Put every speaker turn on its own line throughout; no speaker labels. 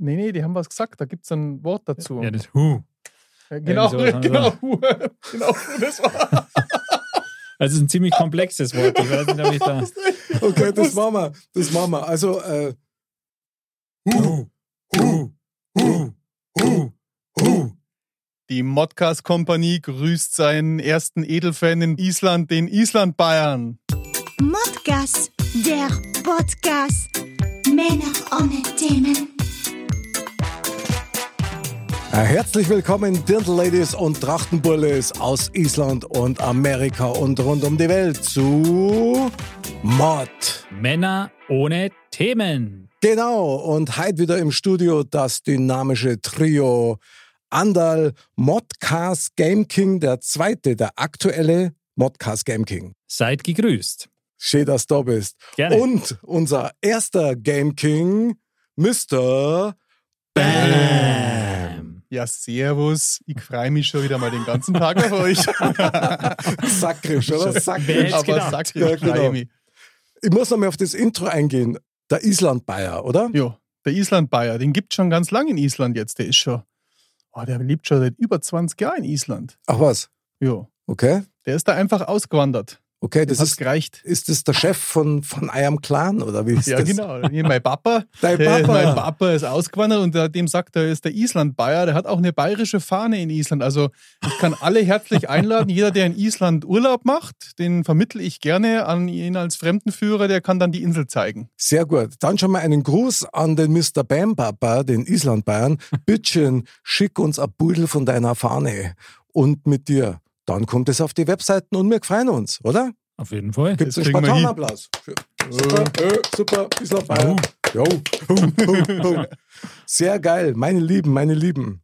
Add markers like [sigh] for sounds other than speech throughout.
Nee, nee, die haben was gesagt. Da gibt es ein Wort dazu.
Ja, das Who.
Äh, genau,
irgendwie sowas,
[laughs] genau. genau, das war.
Also es ist ein ziemlich komplexes Wort. Ich weiß nicht, ob ich
[laughs]
da.
Okay, das machen wir. Das machen wir. Also, äh,
Hu, Hu, Hu, Hu, Hu.
Die Modcast-Kompanie grüßt seinen ersten Edelfan in Island, den Island-Bayern.
Modcast, der Podcast. Männer ohne Themen.
Äh, herzlich willkommen, Dirndl-Ladies und Trachtenbullis aus Island und Amerika und rund um die Welt zu Mod.
Männer ohne Themen.
Genau, und heute wieder im Studio das dynamische Trio Andal, Modcast Game King, der zweite, der aktuelle Modcast Game King.
Seid gegrüßt.
Schön, dass du da bist.
Gerne.
Und unser erster Game King, Mr.
Bam.
Ja, servus. Ich freue mich schon wieder mal den ganzen Tag auf euch.
[laughs] Sackrisch, oder?
Wer
Sackrisch.
hätte-
Aber
gedacht?
sagt
Ja,
ja,
genau.
genau.
Ich muss nochmal auf das Intro eingehen. Der Island-Bayer, oder?
Jo, der Island-Bayer, den gibt es schon ganz lange in Island jetzt. Der ist schon, oh, der lebt schon seit über 20 Jahren in Island.
Ach was,
Jo,
okay.
der ist da einfach ausgewandert.
Okay,
Das
das
hat's
ist,
gereicht.
ist das der Chef von, von I Am Clan, oder wie ist
Ja,
das?
genau. Hier mein Papa.
Dein
Äh,
Papa.
mein Papa ist ausgewandert und äh, dem sagt er, ist der Island-Bayer. Der hat auch eine bayerische Fahne in Island. Also ich kann alle herzlich einladen. Jeder, der in Island Urlaub macht, den vermittle ich gerne an ihn als Fremdenführer. Der kann dann die Insel zeigen.
Sehr gut. Dann schon mal einen Gruß an den Mr. Bam Papa, den
[laughs]
Island-Bayern. Bittchen, schick uns ein Pudel von deiner Fahne und mit dir. Dann kommt es auf die Webseiten und wir freuen uns, oder?
Auf jeden Fall.
Gibt es
Das
einen
kriegen wir
Spontanapplaus? Super, äh, super, Island-Bayern. Jo. Hum, hum, hum. Sehr geil, meine Lieben, meine Lieben.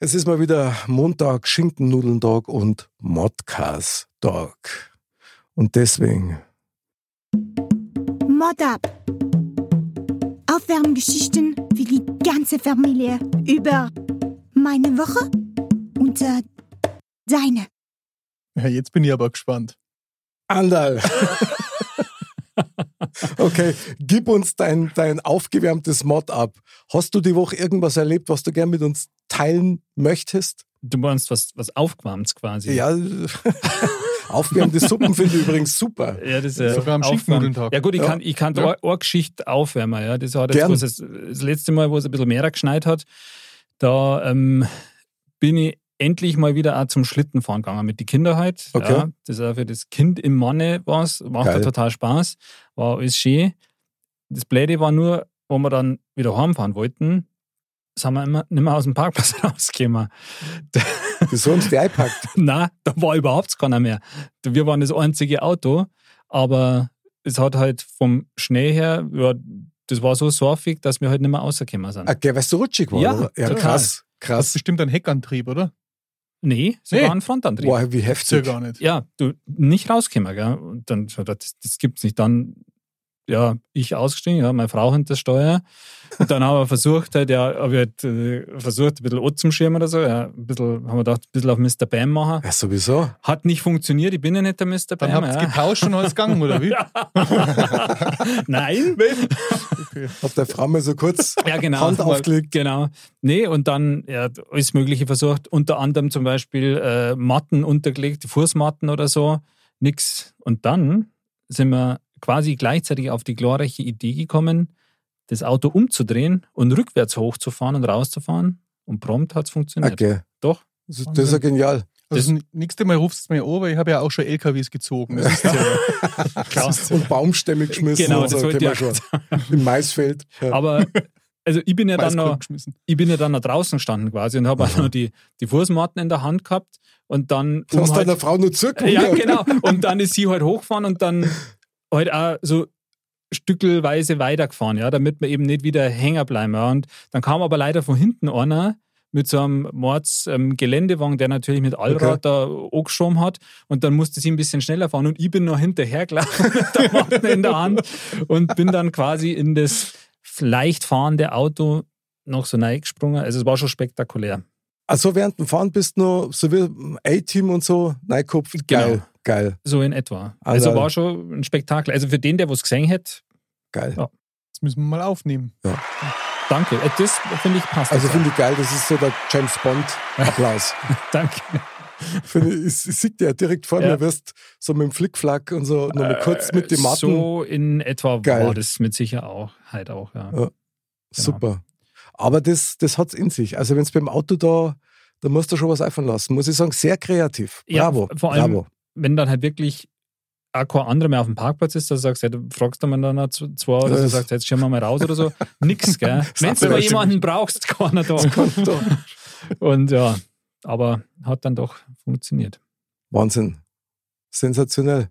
Es ist mal wieder Montag, Schinkennudeln-Tag und Modcast-Tag. Und deswegen
Mod ab. Aufwärmgeschichten für die ganze Familie über meine Woche und äh, deine.
Ja, jetzt bin ich aber gespannt.
Andal. [laughs] okay, gib uns dein, dein aufgewärmtes Mod ab. Hast du die Woche irgendwas erlebt, was du gern mit uns teilen möchtest?
Du meinst was, was aufgewärmt quasi.
Ja, [laughs] aufwärmte Suppen finde ich übrigens super.
Ja, das ist ja
Sogar am
aufwärmen.
Schinknudentag.
Ja, gut, ich
Ja.
kann, ich kann ja. eine Geschichte aufwärmen. Ja. Das, hat jetzt,
Gern.
wo es das, das letzte Mal, wo es ein bisschen mehr geschneit hat, da ähm, bin ich endlich mal wieder auch zum Schlittenfahren gegangen mit den Kindern halt.
Okay.
Ja, das ist auch für das Kind im Manne was. Macht
Geil.
auch total Spaß. War alles schön. Das Blöde war nur, wo wir dann wieder heimfahren wollten, sind wir immer nicht mehr aus dem Parkplatz [laughs] rausgekommen.
Wieso uns die einpackt?
Na, da war überhaupt keiner mehr. Wir waren das einzige Auto, aber es hat halt vom Schnee her, ja, das war so surfig, dass wir halt nicht mehr rausgekommen sind.
Okay, Ah, weil es so rutschig war.
Ja,
oder? ja
total.
krass,
Das ist
krass.
bestimmt ein Heckantrieb, oder?
Nee, sogar
Nee.
ein Frontantrieb.
Boah,
Gibt's
wie
ja
heftig.
gar nicht.
Ja, du nicht rausgekommen, gell? Und dann, so, das, das gibt's nicht. Dann, ja, ich ausgestiegen, ja, meine Frau hinter der Steuer. Und dann haben wir versucht, halt, ja, hab ich halt, äh, versucht, ein bisschen anzuschirmen oder so. Ja, ein bisschen, haben wir gedacht, ein bisschen auf Mr. Bam machen.
Ja, sowieso.
Hat nicht funktioniert, ich bin ja nicht der Mr.
Dann
Bam.
habt ihr
ja.
getauscht und alles gegangen,
[laughs]
oder wie?
Nein.
Hat der Frau mal so kurz
Ja, genau.
Hand aufgelegt.
Genau. Nee, und dann ja, alles Mögliche versucht. Unter anderem zum Beispiel äh, Matten untergelegt, Fußmatten oder so. Nix. Und dann sind wir quasi gleichzeitig auf die glorreiche Idee gekommen, das Auto umzudrehen und rückwärts hochzufahren und rauszufahren. Und prompt hat es funktioniert.
Okay.
Doch.
Ah, Das das ist ja genial.
Also, das nächste Mal rufst du mir an, weil ich habe ja auch schon LKWs gezogen.
[laughs]
Das ist ja,
Klar.
Und Baumstämme geschmissen
Genau,
und so.
das wollte
kennen wir
ich
schon. Im [laughs] Maisfeld. Ja.
Aber also ich bin ja dann noch,
Maiskolben geschmissen.
ich bin ja dann noch draußen gestanden quasi und habe auch noch die, die Fußmatten in der Hand gehabt und dann
Du hast
halt- genau.
deiner Frau nur zurück.
Ja, genau. Und dann ist sie halt hochgefahren und dann halt auch so stückelweise weitergefahren, ja, damit wir eben nicht wieder hängen bleiben. Ja. Und dann kam aber leider von hinten einer mit so einem Mordsgeländewagen, der natürlich mit Allrad da angeschoben hat. Und dann musste sie ein bisschen schneller fahren. Und ich bin noch hinterhergelaufen [laughs] mit der Matten in der Hand und bin dann quasi in das leicht fahrende Auto noch so reingesprungen. Also es war schon spektakulär.
Also während dem Fahren bist du nur so wie im A-Team und so reingekupft. Geil,
Genau.
geil,
So in etwa.
Also-
Also, war schon ein Spektakel. Also für den, der was gesehen hätte,
geil.
Ja.
Das müssen wir mal aufnehmen.
danke. Äh, Das finde ich passt.
Also
Also
finde ich geil, das ist so der James Bond-Applaus.
danke.
[laughs] finde ich, ich, ich sehe dir direkt vor
Ja.
mir, wirst so mit dem Flickflack und so nochmal kurz mit dem Äh, Matten.
Äh, So in etwa
Geil.
war das mit Sicherheit auch. Halt auch ja.
Ja.
Genau.
Super. Aber das, das hat es in sich. Also wenn es beim Auto da, da musst du schon was einfallen lassen. Muss ich sagen, sehr kreativ.
Ja,
Bravo.
vor allem- [laughs]
Bravo.
Wenn dann halt wirklich auch kein anderer mehr auf dem Parkplatz ist, da sagst du, ja, du fragst dann dann auch zu- zwei oder so,
Das-
sagst, jetzt schauen wir mal raus oder
[laughs]
so. Nix, gell? Wenn du
hat
mal
vielleicht-
jemanden brauchst, keiner da.
Da.
Und ja, aber hat dann doch funktioniert.
Wahnsinn. Sensationell.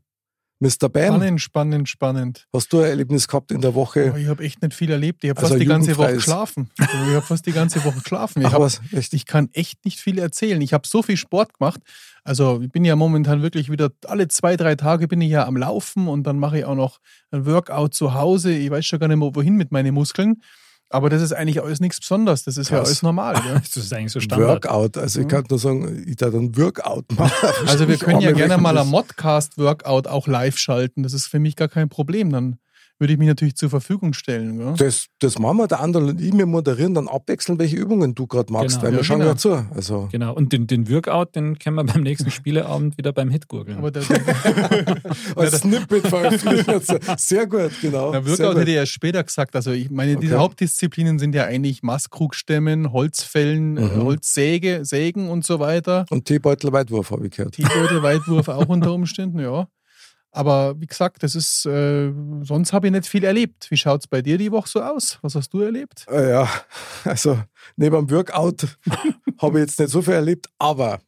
Mr.
Ähm.
Bam,
Spannend, spannend, spannend.
hast du ein Erlebnis gehabt in der
Aber
Woche?
ich habe echt nicht viel erlebt. Ich habe
Also
fast die ganze Woche
jugendfreies-
geschlafen. Also Ich habe fast die ganze Woche geschlafen. Ich
Ach
hab
was, echt?
ich kann echt nicht viel erzählen. Ich habe so viel Sport gemacht. Also ich bin ja momentan wirklich wieder, alle zwei, drei Tage bin ich ja am Laufen und dann mache ich auch noch ein Workout zu Hause. Ich weiß schon gar nicht mehr, wohin mit meinen Muskeln. Aber das ist eigentlich alles nichts Besonderes. Das ist ja
Krass.
alles normal.
[laughs]
Ja.
Das ist eigentlich so Standard.
Workout. Also ich kann nur sagen, ich da dann Workout machen.
Mhm. [laughs]
[laughs]
Also wir können ja
Arme
gerne
weg
mal
und
am Modcast-Workout auch live schalten. Das ist für mich gar kein Problem. Dann würde ich mich natürlich zur Verfügung stellen. Ja.
Das, das machen wir der andere und ich. Wir moderieren dann abwechselnd, welche Übungen du gerade magst,
Genau.
weil wir
Ja,
schauen
genau.
ja zu. Also,
Genau. Und den, den Workout, den können wir beim nächsten Spieleabend wieder beim Hit gurgeln.
Aber der, der [laughs]
als Snippet veröffentlichen. Also, Sehr gut, genau. Sehr
Workout
gut.
hätte ich ja später gesagt. Also ich meine, diese
Okay.
Hauptdisziplinen sind ja eigentlich Maßkrugstemmen, Holzfällen, äh,
Mhm.
Holzsäge, Sägen und so weiter.
Und Teebeutel Weitwurf habe ich gehört.
Teebeutel, Weitwurf auch unter Umständen, ja. Aber wie gesagt, das ist, äh, sonst habe ich nicht viel erlebt. Wie schaut es bei dir die Woche so aus? Was hast du erlebt?
Äh, Ja, also neben dem [laughs] Workout habe ich jetzt nicht so viel erlebt, aber,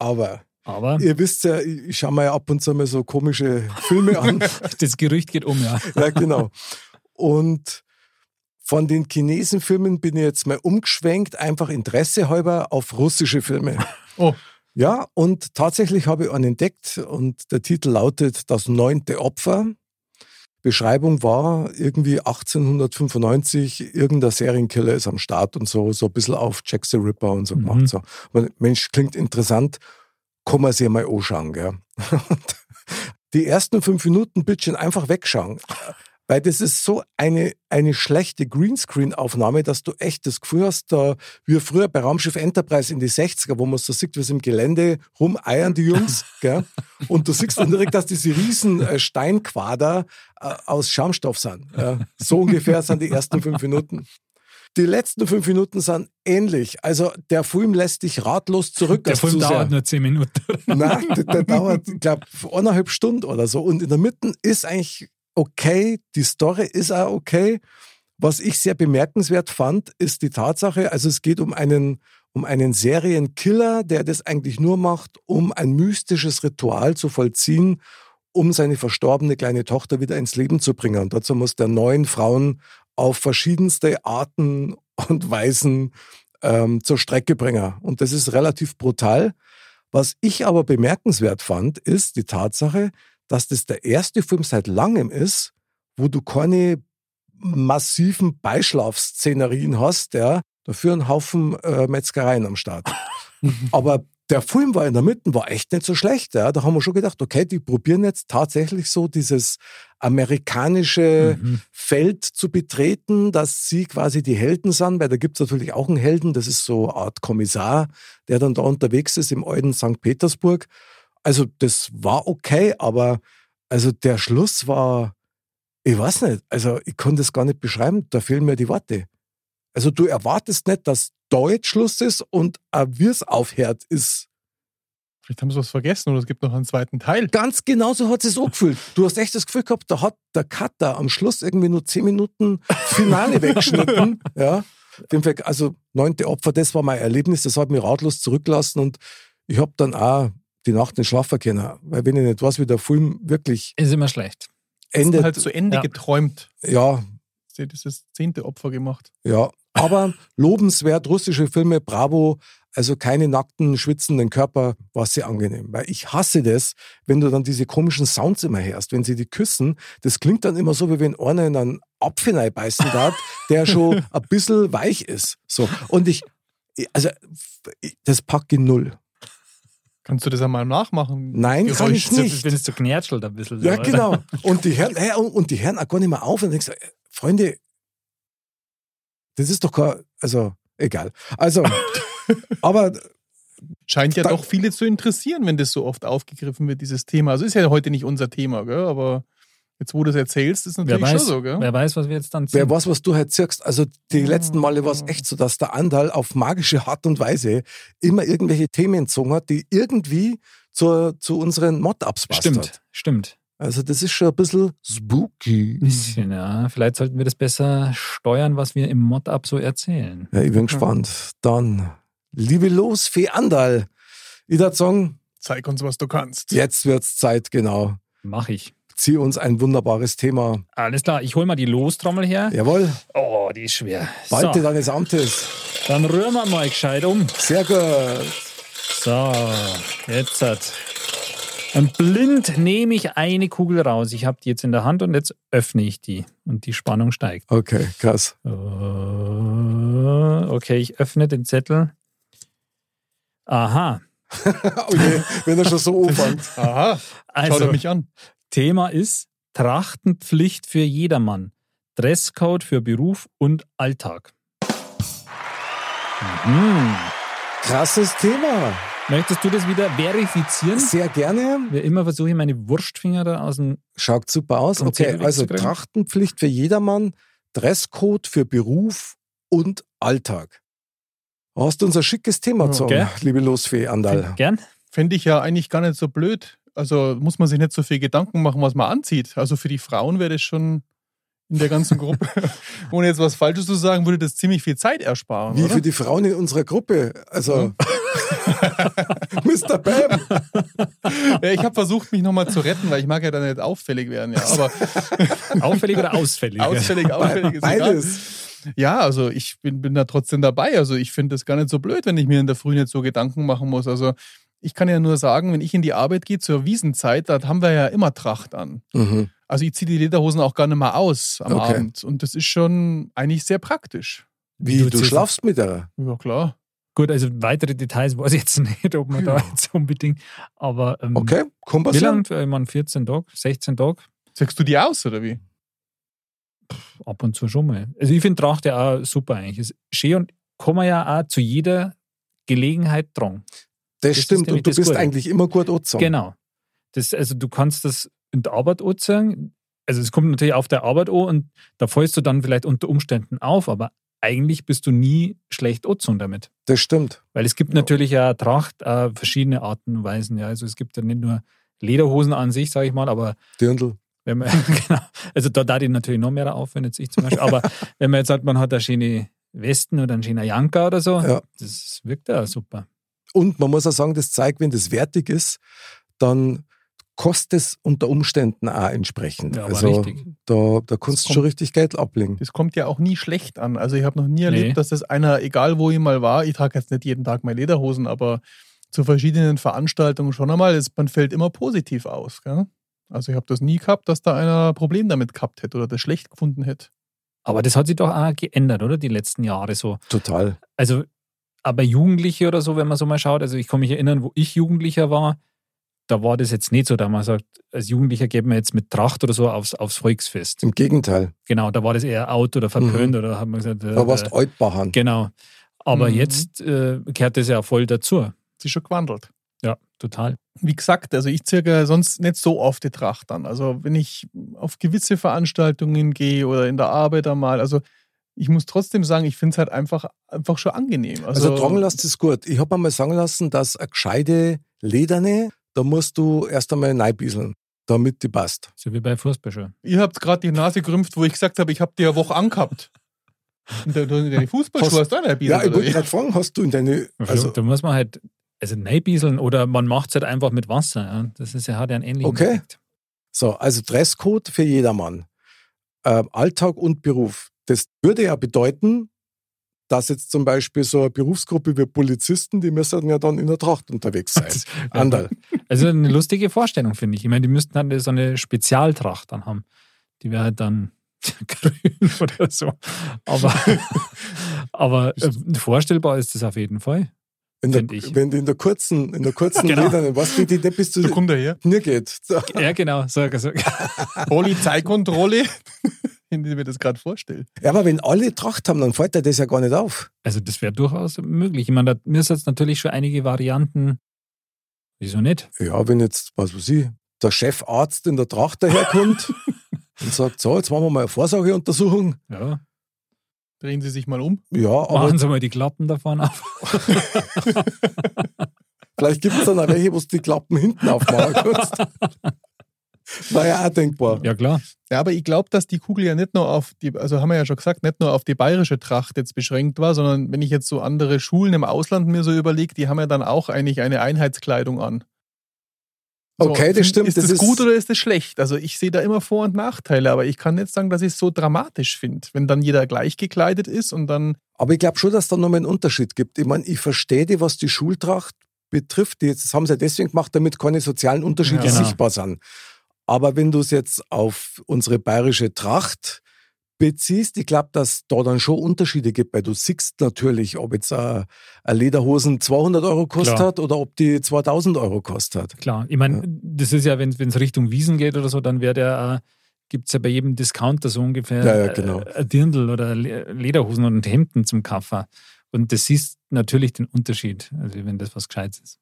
aber,
Aber
ihr wisst ja, ich ich schaue mir ja ab und zu mal so komische Filme [laughs] an.
das Gerücht geht um, ja.
[laughs] ja, genau. Und von den Chinesenfilmen bin ich jetzt mal umgeschwenkt, einfach Interesse halber auf russische Filme.
Oh.
Ja, und tatsächlich habe ich einen entdeckt und der Titel lautet Das neunte Opfer. Beschreibung war irgendwie 1895, irgendein Serienkiller ist am Start und so, so ein bisschen auf Jack the Ripper und so
Mhm.
gemacht. So. Aber Mensch, klingt interessant, kann man sich mal anschauen, gell? [laughs] Und die ersten fünf Minuten bisschen einfach wegschauen. Weil das ist so eine, eine schlechte Greenscreen-Aufnahme, dass du echt das Gefühl hast, da, wie früher bei Raumschiff Enterprise in die 60er, wo man so sieht, wie sie im Gelände rumeiern, die
[laughs]
Jungs. gell? Und du siehst dann direkt, dass diese riesen äh, Steinquader äh, aus Schaumstoff sind. Ja? So ungefähr sind die ersten fünf Minuten. Die letzten fünf Minuten sind ähnlich. Also der Film lässt dich ratlos zurück.
Der
als
Film
Zuseher.
dauert nur zehn Minuten.
[laughs] Nein, der, der dauert, ich glaube, eineinhalb Stunden oder so. Und in der Mitte ist eigentlich okay, die Story ist auch okay. Was ich sehr bemerkenswert fand, ist die Tatsache, also es geht um einen, um einen Serienkiller, der das eigentlich nur macht, um ein mystisches Ritual zu vollziehen, um seine verstorbene kleine Tochter wieder ins Leben zu bringen. Und dazu muss der neuen Frauen auf verschiedenste Arten und Weisen ähm, zur Strecke bringen. Und das ist relativ brutal. Was ich aber bemerkenswert fand, ist die Tatsache, dass das der erste Film seit langem ist, wo du keine massiven Beischlafszenerien hast, ja, dafür einen Haufen äh, Metzgereien am Start. aber der Film war in der Mitte, war echt nicht so schlecht. Ja. Da haben wir schon gedacht, okay, die probieren jetzt tatsächlich so dieses amerikanische
Mhm.
Feld zu betreten, dass sie quasi die Helden sind, weil da gibt es natürlich auch einen Helden, das ist so eine Art Kommissar, der dann da unterwegs ist im alten St. Petersburg. Also das war okay, aber also der Schluss war, ich weiß nicht, also ich kann das gar nicht beschreiben, da fehlen mir die Worte. Also du erwartest nicht, dass da jetzt Schluss ist und wir es aufhört ist.
Vielleicht haben sie was vergessen oder es gibt noch einen zweiten Teil.
Ganz genauso hat es auch gefühlt. Du hast echt das Gefühl gehabt, da hat der Cutter am Schluss irgendwie nur zehn Minuten Finale weggeschnitten. Ja. Dem Ver- Also neunte Opfer, das war mein Erlebnis, das hat mich ratlos zurückgelassen und ich habe dann auch die Nacht den Schlaf verkennen, weil wenn ich nicht weiß, wie der Film wirklich
Ist immer schlecht.
Ist
Ende.
halt zu Ende
Ja.
geträumt.
Ja,
Sie hat dieses zehnte Opfer gemacht.
ja. Aber lobenswert russische Filme, bravo. Also keine nackten, schwitzenden Körper, was sehr angenehm. Weil ich hasse das, wenn du dann diese komischen Sounds immer hörst, wenn sie die küssen. Das klingt dann immer so, wie wenn einer in einen Apfel beißen darf, der schon ein bisschen weich ist. So. Und ich, also, das packe ich null.
Kannst du das einmal nachmachen?
Nein, kann ich
Geräusch.
nicht.
Wenn es so knärtschelt ein bisschen.
Ja,
so,
genau. Und die hören, hä, und die hören auch gar nicht mehr auf. Und denkst, du, äh, Freunde, das ist doch kein, also, egal. Also, aber
Scheint ja
Da-
doch viele zu interessieren, wenn das so oft aufgegriffen wird, dieses Thema. Also ist ja heute nicht unser Thema, gell? aber jetzt, wo du es erzählst, ist
Wer
natürlich schon
weiß,
so. Gell?
wer weiß, was wir jetzt dann ziehen.
wer weiß, was du halt zirkst. Also, die letzten Male war es echt so, dass der Andal auf magische Art und Weise immer irgendwelche Themen entzogen hat, die irgendwie zur, zu unseren Mod-Ups passt.
stimmt, stimmt.
Also, das ist schon ein bisschen spooky.
Bisschen, ja. Vielleicht sollten wir das besser steuern, was wir im Mod-Up so erzählen.
Ja, ich bin gespannt. Dann, liebe los, Fee Andal. Ich würde sagen,
Zeig uns, was du kannst.
jetzt wird's Zeit, genau.
Mach ich.
zieh uns ein wunderbares Thema.
Alles klar, ich hole mal die Lostrommel her.
Jawohl,
Oh, die ist schwer.
walte
So,
deines Amtes.
dann rühren wir mal gescheit um.
Sehr gut.
So, jetzt hat. Und blind nehme ich eine Kugel raus. Ich habe die jetzt in der Hand und jetzt öffne ich die. Und die Spannung steigt.
Okay, krass.
Äh, Okay, ich öffne den Zettel. Aha.
Oh je, wenn er schon so umfängt.
Aha, schau
Also,
doch mich an.
Thema ist Trachtenpflicht für jedermann. Dresscode für Beruf und Alltag. Mhm.
Krasses Thema.
Möchtest du das wieder verifizieren?
Sehr gerne.
Wie immer versuche ich meine Wurstfinger da aus dem.
Schaut super aus.
Vom
Okay,
Zähne
also
wegzukriegen.
Trachtenpflicht für jedermann, Dresscode für Beruf und Alltag. Hast uns ein schickes Thema
Okay.
gezogen, liebe Losfee Andal.
Gern?
Fände ich ja eigentlich gar nicht so blöd. Also muss man sich nicht so viel Gedanken machen, was man anzieht. Also für die Frauen wäre das schon in der ganzen
[laughs]
Gruppe, ohne jetzt was Falsches zu sagen, würde das ziemlich viel Zeit ersparen.
Wie
oder? Hm?
für die Frauen in unserer Gruppe. [laughs] Also, Mr. Bam.
Ja, ich habe versucht, mich nochmal zu retten, weil ich mag ja dann nicht auffällig werden. Ja.
[laughs]
Aber
Auffällig oder ausfällig?
auffällig, auffällig ist egal.
Beides.
Ja, also ich bin, bin da trotzdem dabei. Also ich finde das gar nicht so blöd, wenn ich mir in der Früh nicht so Gedanken machen muss. Also ich kann ja nur sagen, wenn ich in die Arbeit gehe zur Wiesenzeit, da haben wir ja immer Tracht an.
Mhm.
Also ich ziehe die Lederhosen auch gar nicht mal aus am
Okay.
Abend. Und das ist schon eigentlich sehr praktisch.
Wie,
Du
du,
ziehst-
schlafst mit der.
Ja, klar.
Gut, also weitere Details weiß ich jetzt nicht, ob
[laughs]
man da
Ja.
jetzt unbedingt. Aber ähm,
Okay, komm,
wie
passieren.
lange? Äh, Ich meine, 14 Tage, 16 Tage,
Sagst du die aus, oder wie?
ab und zu schon mal. Also ich finde Tracht ja auch super eigentlich. Ist schön und kann man ja auch zu jeder Gelegenheit dran.
Das,
Das ist
stimmt,
nämlich
und du
das
bist
Gute.
eigentlich immer gut angezogen.
Genau. Das, also du kannst das in der Arbeit anziehen. Also es kommt natürlich auf der Arbeit an und da fällst du dann vielleicht unter Umständen auf, aber eigentlich bist du nie schlecht angezogen damit.
Das stimmt.
Weil es gibt natürlich ja Tracht äh, verschiedene Arten und Weisen. Ja. Also es gibt ja nicht nur Lederhosen an sich, sage ich mal, aber
Dirndl.
wenn man, [laughs] genau, also da da die natürlich noch mehr auf, wenn jetzt ich zum Beispiel,
[laughs]
aber wenn man jetzt sagt, man hat eine schöne Westen oder einen schönen Janker oder so,
Ja.
das wirkt ja super.
Und man muss auch sagen, das zeigt, wenn das wertig ist, dann kostet es unter Umständen auch entsprechend.
Ja, aber
also
richtig.
da, da kannst du
kommt-
schon richtig Geld ablegen.
Das kommt ja auch nie schlecht an. Also ich habe noch nie erlebt,
Nee.
dass das einer, egal wo ich mal war, ich trage jetzt nicht jeden Tag meine Lederhosen, aber zu verschiedenen Veranstaltungen schon einmal, ist, man fällt immer positiv aus. Gell? Also ich habe das nie gehabt, dass da einer ein Problem damit gehabt hätte oder das schlecht gefunden hätte.
Aber das hat sich doch auch geändert, oder? Die letzten Jahre so.
Total.
Also, aber Jugendliche oder so, wenn man so mal schaut, also ich kann mich erinnern, wo ich Jugendlicher war, da war das jetzt nicht so, da man sagt, als Jugendlicher geht man jetzt mit Tracht oder so aufs, aufs Volksfest.
Im Gegenteil.
Genau, da war das eher out oder verpönt oder hat man gesagt. Äh,
Mhm. Da warst
äh,
du Altbachern.
Genau. Aber
Mhm.
jetzt äh, gehört das ja voll dazu.
Sie ist schon gewandelt.
Ja, total.
wie gesagt, also ich zirke sonst nicht so oft die Tracht an. Also wenn ich auf gewisse Veranstaltungen gehe oder in der Arbeit einmal, also ich muss trotzdem sagen, ich finde es halt einfach, einfach schon angenehm.
Also,
Also,
also Dranglast ist gut. Ich habe einmal sagen lassen, dass eine gescheite Lederne, da musst du erst einmal reinbieseln, damit die passt.
So wie bei Fußballschuhen.
ihr habt gerade die Nase gerümpft, wo ich gesagt habe, ich habe die eine Woche angehabt. Und der, der, der Fußballschuh
Hast-
hast du auch nicht erbieten,
Ja, ich
oder [laughs]
wollte
wie?
gerade fragen, hast du in deine...
Also,
Also,
da muss man halt, also neibieseln oder man macht es halt einfach mit Wasser. Ja. Das ist ja, hat ja einen ähnlichen
Okay.
Effekt.
So, also Dresscode für jedermann. Ähm, Alltag und Beruf. Das würde ja bedeuten, dass jetzt zum Beispiel so eine Berufsgruppe wie Polizisten, die müssen ja dann in der Tracht
[laughs]
unterwegs sein. Anderl.
Also eine lustige Vorstellung, finde ich. Ich meine, die müssten halt so eine Spezialtracht dann haben. Die wäre halt dann [laughs] grün oder so. Aber, aber äh, vorstellbar ist das auf jeden Fall.
In der,
Find ich.
Wenn die in der kurzen, in der kurzen
Genau.
Ledernen, was geht die nicht bis zu
Da kommt er her.
mir geht. So,
Ja, genau. So, so.
Polizeikontrolle. [laughs] Wenn ich mir das gerade vorstelle.
Ja, aber wenn alle Tracht haben, dann fällt dir das ja gar nicht auf.
Also das wäre durchaus möglich. Ich meine, da müsste jetzt natürlich schon einige Varianten. Wieso nicht?
Ja, wenn jetzt, was weiß ich, der Chefarzt in der
[laughs]
Tracht daherkommt und sagt, so, jetzt machen wir mal eine Vorsorgeuntersuchung.
Ja.
Drehen Sie sich mal um.
Ja, aber
Machen Sie mal die Klappen davon auf.
vielleicht gibt es dann auch welche, wo du die Klappen hinten aufmachen kannst. War ja auch denkbar.
Ja klar.
Ja, aber ich glaube, dass die Kugel ja nicht nur auf die, also haben wir ja schon gesagt, nicht nur auf die bayerische Tracht jetzt beschränkt war, sondern wenn ich jetzt so andere Schulen im Ausland mir so überlege, die haben ja dann auch eigentlich eine Einheitskleidung an. So,
Okay, das stimmt.
Ist das, gut oder ist das schlecht? Also ich sehe da immer Vor- und Nachteile, aber ich kann nicht sagen, dass ich es so dramatisch finde, wenn dann jeder gleich gekleidet ist und dann
Aber ich glaube schon, dass es da nochmal einen Unterschied gibt. Ich meine, ich verstehe die, was die Schultracht betrifft. Die jetzt- Das haben sie ja deswegen gemacht, damit keine sozialen Unterschiede
Ja. Genau.
sichtbar sind. Aber wenn du es jetzt auf unsere bayerische Tracht beziehst, ich glaube, dass da dann schon Unterschiede gibt, weil du siehst natürlich, ob jetzt äh, eine Lederhosen 200 Euro kostet
Klar.
hat oder ob die 2000 Euro kostet. hat.
Klar, ich meine, das ist ja, wenn es Richtung Wiesen geht oder so, dann wäre der, äh, gibt es ja bei jedem Discounter so ungefähr
Ja, ja, genau.
äh, ein Dirndl oder Le- Lederhosen und Hemden zum Kaffer. Und das siehst natürlich den Unterschied, also wenn das was Gescheites ist.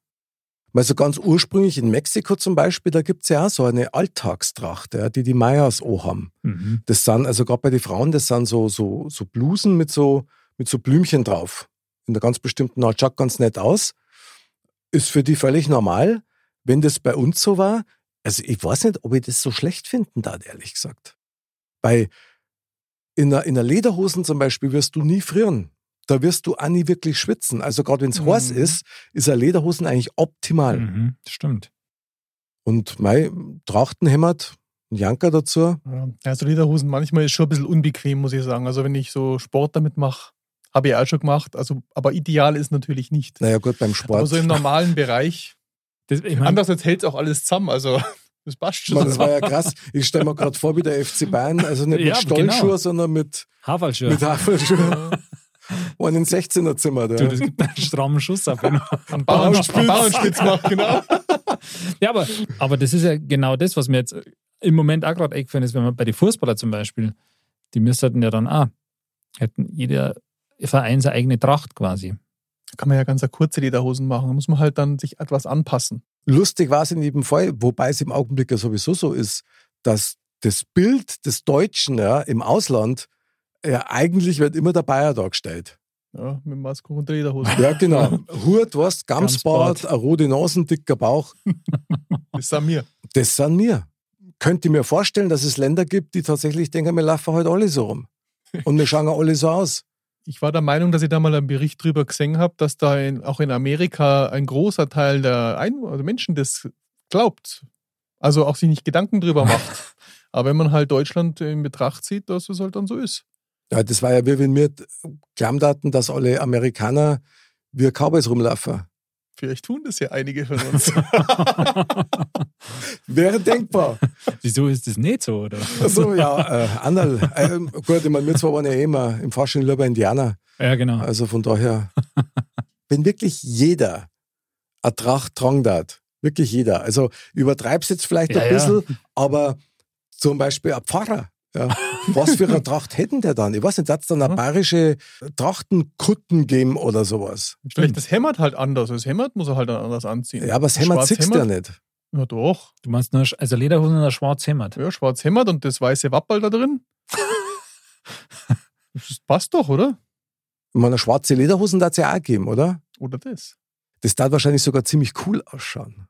Weil so ganz ursprünglich in Mexiko zum Beispiel, da gibt es ja auch so eine Alltagstracht, ja, die die Mayas auch haben.
Mhm.
Das sind, also gerade bei den Frauen, das sind so, so, so Blusen mit so, mit so Blümchen drauf. In einer ganz bestimmten Art, schaut ganz nett aus. Ist für die völlig normal. Wenn das bei uns so war, also ich weiß nicht, ob ich das so schlecht finden darf, ehrlich gesagt. Bei, in einer, in einer Lederhosen zum Beispiel wirst du nie frieren. Da wirst du auch nie wirklich schwitzen. Also gerade wenn es heiß
Mhm.
ist, ist eine Lederhosen eigentlich optimal.
Mhm. Stimmt.
Und mein Trachtenhemd, ein Janker dazu,
Ja, also Lederhosen manchmal ist schon ein bisschen unbequem, muss ich sagen. Also wenn ich so Sport damit mache, habe ich auch schon gemacht. Also, aber ideal ist natürlich nicht.
naja gut, beim Sport.
Aber so im normalen Bereich.
Das, ich mein,
Andererseits hält es auch alles zusammen. Also [laughs] das passt
Mann,
schon.
das war ja krass. Ich stelle mir gerade vor, wie der FC Bayern, also nicht mit
Ja,
Stollschuhe,
genau.
sondern mit,
Haferlschirr.
mit Haferschuhe. [laughs] Und in 16er Zimmer. Da.
Du, das gibt einen strammen Schuss ab.
[laughs]
wenn-
Am Bauernspitz, am Bauernspitz macht, genau.
Ja, aber, aber das ist ja genau das, was mir jetzt im Moment auch gerade eingefallen ist, wenn man bei den Fußballer zum Beispiel, die müssten ja dann auch, hätten jeder Verein seine eigene Tracht quasi.
Da kann man ja ganz kurze Lederhosen machen. Da muss man halt dann sich etwas anpassen.
Lustig war es in jedem Fall, wobei es im Augenblick ja sowieso so ist, dass das Bild des Deutschen ja, im Ausland ja, eigentlich wird immer der Bayer dargestellt.
Ja, mit Maske und
[laughs]
Lederhosen.
Ja,
[laughs]
genau. Hurt, was, Gamsbart,
Gamsbart.
eine rote Nasen, dicker Bauch,
Das sind wir.
das sind wir. Könnt ihr mir vorstellen, dass es Länder gibt, die tatsächlich denken, wir laufen heute alle so rum. Und wir schauen ja alle so aus.
Ich war der Meinung, dass ich da mal einen Bericht drüber gesehen habe, dass da in, auch in Amerika ein großer Teil der Ein also Menschen das glaubt. Also auch sich nicht Gedanken drüber
[laughs]
macht. Aber wenn man halt Deutschland in Betracht zieht, dass es halt dann so ist.
Ja, das war ja wie wenn wir geglaubt hatten, dass alle Amerikaner wie Cowboys rumlaufen.
Vielleicht tun das ja einige von
[laughs]
uns.
Wäre denkbar.
Wieso ist das nicht so, oder?
[laughs] Also ja, äh, Anderl, äh, gut, ich meine, wir zwei waren ja eh immer im Fasching lieber Indianer.
[laughs] Ja, genau.
Also
[laughs]
von daher, wenn wirklich jeder eine Tracht tragen darf, wirklich jeder, also übertreib's jetzt vielleicht
Ja,
ein
ja.
bisschen, aber zum Beispiel ein Pfarrer, ja, was für
[laughs]
eine Tracht hätten der dann? Ich weiß nicht, hat's dann eine bayerische Trachtenkutten geben oder sowas?
Vielleicht das Hämmert halt anders. Das Hämmert muss er halt dann anders anziehen.
Ja, aber das Hämmer
Schwarz
zickst du ja
Hämmert?
nicht.
Na doch.
Du meinst nur, sch- also Lederhosen oder schwarz hämmert.
Ja, schwarz Hämmert und das weiße Wappel da
[laughs]
drin. das passt doch, oder?
Ich meine, schwarze Lederhosen darf es ja auch geben, oder?
Oder das?
Das darf wahrscheinlich sogar ziemlich cool ausschauen.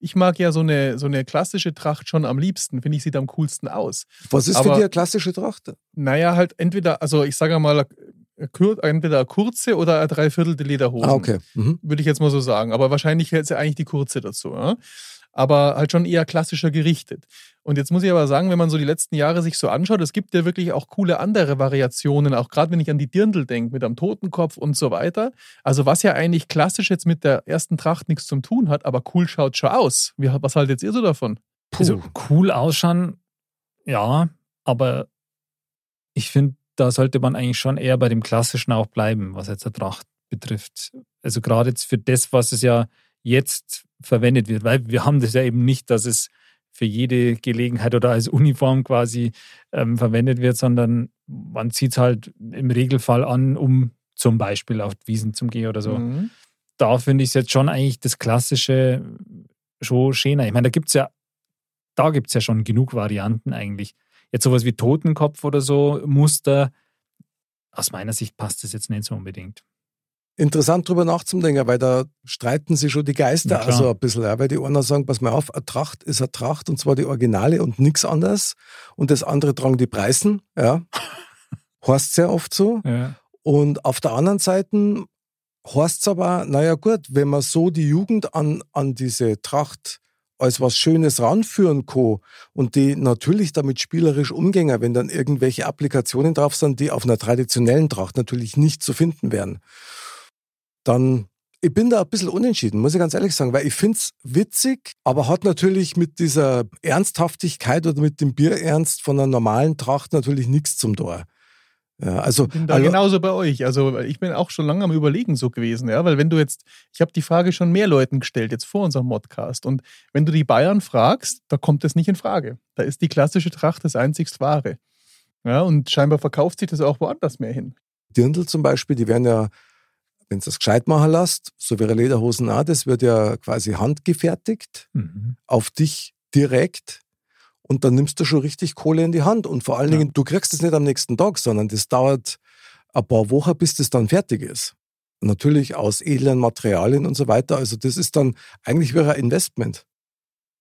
Ich mag ja so eine, so eine klassische Tracht schon am liebsten. Finde ich, sieht am coolsten aus.
Was ist für
Aber-
dich eine klassische Tracht? Ah,
Naja, halt entweder, also ich sage mal, äh, kur- entweder eine kurze oder eine dreiviertelte Lederhose.
Ah, okay. Mhm.
Würde ich jetzt mal so sagen. Aber wahrscheinlich hält sie eigentlich die kurze dazu. Ja? aber halt schon eher klassischer gerichtet. Und jetzt muss ich aber sagen, wenn man so die letzten Jahre sich so anschaut, es gibt ja wirklich auch coole andere Variationen, auch gerade wenn ich an die Dirndl denke, mit am Totenkopf und so weiter. Also was ja eigentlich klassisch jetzt mit der ersten Tracht nichts zu tun hat, aber cool schaut schon aus. Wie, was haltet ihr so davon?
Also cool ausschauen, ja, aber ich finde, da sollte man eigentlich schon eher bei dem Klassischen auch bleiben, was jetzt der Tracht betrifft. Also gerade jetzt für das, was es ja jetzt verwendet wird, weil wir haben das ja eben nicht, dass es für jede Gelegenheit oder als Uniform quasi ähm, verwendet wird, sondern man zieht es halt im Regelfall an, um zum Beispiel auf Wiesen zu gehen oder so.
Mhm.
Da finde ich es jetzt schon eigentlich das klassische schon schöner. Ich meine, da gibt es ja, da gibt es ja schon genug Varianten eigentlich. Jetzt sowas wie Totenkopf oder so, Muster. Aus meiner Sicht passt das jetzt nicht so unbedingt.
Interessant drüber nachzudenken, weil da streiten sich schon die Geister
Na klar.
also ein bisschen, ja, weil die einen sagen, pass mal auf, eine Tracht ist eine Tracht und zwar die Originale und nichts anderes. Und das andere tragen die Preisen,
[laughs]
ja. Horst sehr oft so.
Ja.
Und auf der anderen Seite heißt es aber, naja gut, wenn man so die Jugend an, an diese Tracht als was Schönes ranführen kann und die natürlich damit spielerisch umgehen, wenn dann irgendwelche Applikationen drauf sind, die auf einer traditionellen Tracht natürlich nicht zu finden wären, dann ich bin da ein bisschen unentschieden, muss ich ganz ehrlich sagen, weil ich finde es witzig, aber hat natürlich mit dieser Ernsthaftigkeit oder mit dem Bierernst von einer normalen Tracht natürlich nichts zum Tor. Ja, also,
bin da
also-
genauso bei euch. Also ich bin auch schon lange am Überlegen so gewesen, ja, weil wenn du jetzt, ich habe die Frage schon mehr Leuten gestellt jetzt vor unserem Modcast und wenn du die Bayern fragst, da kommt das nicht in Frage. Da ist die klassische Tracht das einzigst wahre. Ja, und scheinbar verkauft sich das auch woanders mehr hin.
Dirndl zum Beispiel, die werden ja, wenn es das gescheit machen lässt, so wie ihre Lederhosen auch, das wird ja quasi handgefertigt
Mhm.
auf dich direkt und dann nimmst du schon richtig Kohle in die Hand. Und vor allen
Ja.
Dingen, du kriegst es nicht am nächsten Tag, sondern das dauert ein paar Wochen, bis das dann fertig ist. Natürlich aus edlen Materialien und so weiter. Also das ist dann eigentlich wie ein Investment.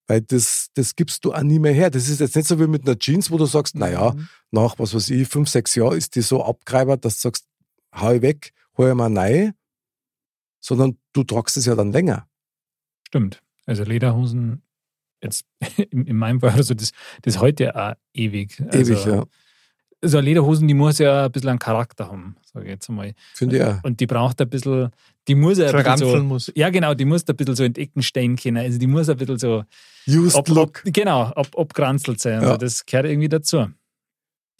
Weil das, das gibst du auch nie mehr her. Das ist jetzt nicht so wie mit einer Jeans, wo du sagst, naja, nach was weiß ich, fünf, sechs Jahren ist die so abgreibert, dass du sagst, hau ich weg, hol ich mal neu. Sondern du tragst es ja dann länger.
Stimmt. Also Lederhosen, jetzt [laughs] in, in meinem Fall, also das, das heute auch ewig. Also,
Ewig, ja.
Also Lederhosen, die muss ja ein bisschen einen Charakter haben, sage ich jetzt einmal.
Finde ich auch.
Und die braucht ein bisschen, die muss ja ein bisschen
Verranzeln
so,
muss.
ja genau, die muss da ein bisschen so in die Ecken stehen können. Also die muss ein bisschen so,
Used
ob, ob,
Look.
genau, ob, obgranzelt sein. Also
Ja.
das gehört irgendwie dazu.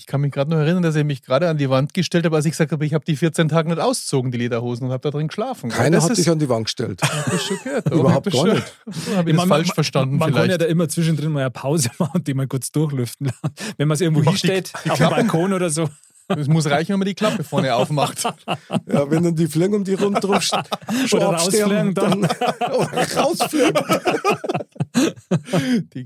Ich kann mich gerade noch erinnern, dass ich mich gerade an die Wand gestellt habe, als ich gesagt habe, ich habe die 14 Tage nicht auszogen, die Lederhosen, und habe da drin geschlafen.
Keiner
das
hat
ist,
dich an die Wand gestellt.
hab ich schon
[laughs]
gehört. [laughs]
Überhaupt
hab ich
gar
schon-
nicht.
Hab ich das
meine,
falsch verstanden
man
vielleicht.
kann ja da immer zwischendrin mal eine Pause [laughs] machen und die mal kurz durchlüften lassen. Wenn man es irgendwo
Mach die-
hinstellt,
die
auf dem
Klappen.
Balkon oder so.
es muss reichen, wenn man die Klappe vorne
[laughs]
aufmacht.
Ja, wenn dann die Fliegen um die rund drum st- schon
Oder
absterben,
rausfliegen dann.
[laughs] oder rausfliegen.
Die,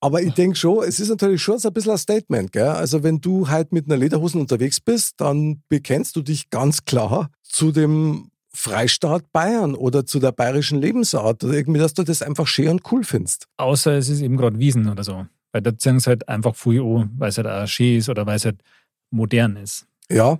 Aber ich denke schon, es ist natürlich schon so ein bisschen ein Statement. Gell? Also wenn du halt mit einer Lederhosen unterwegs bist, dann bekennst du dich ganz klar zu dem Freistaat Bayern oder zu der bayerischen Lebensart. Oder irgendwie, dass du das einfach schön und cool findest.
Außer es ist eben gerade Wiesen oder so. Weil da sind es halt einfach viel an, weil es halt auch schön ist oder weil es halt modern ist.
Ja,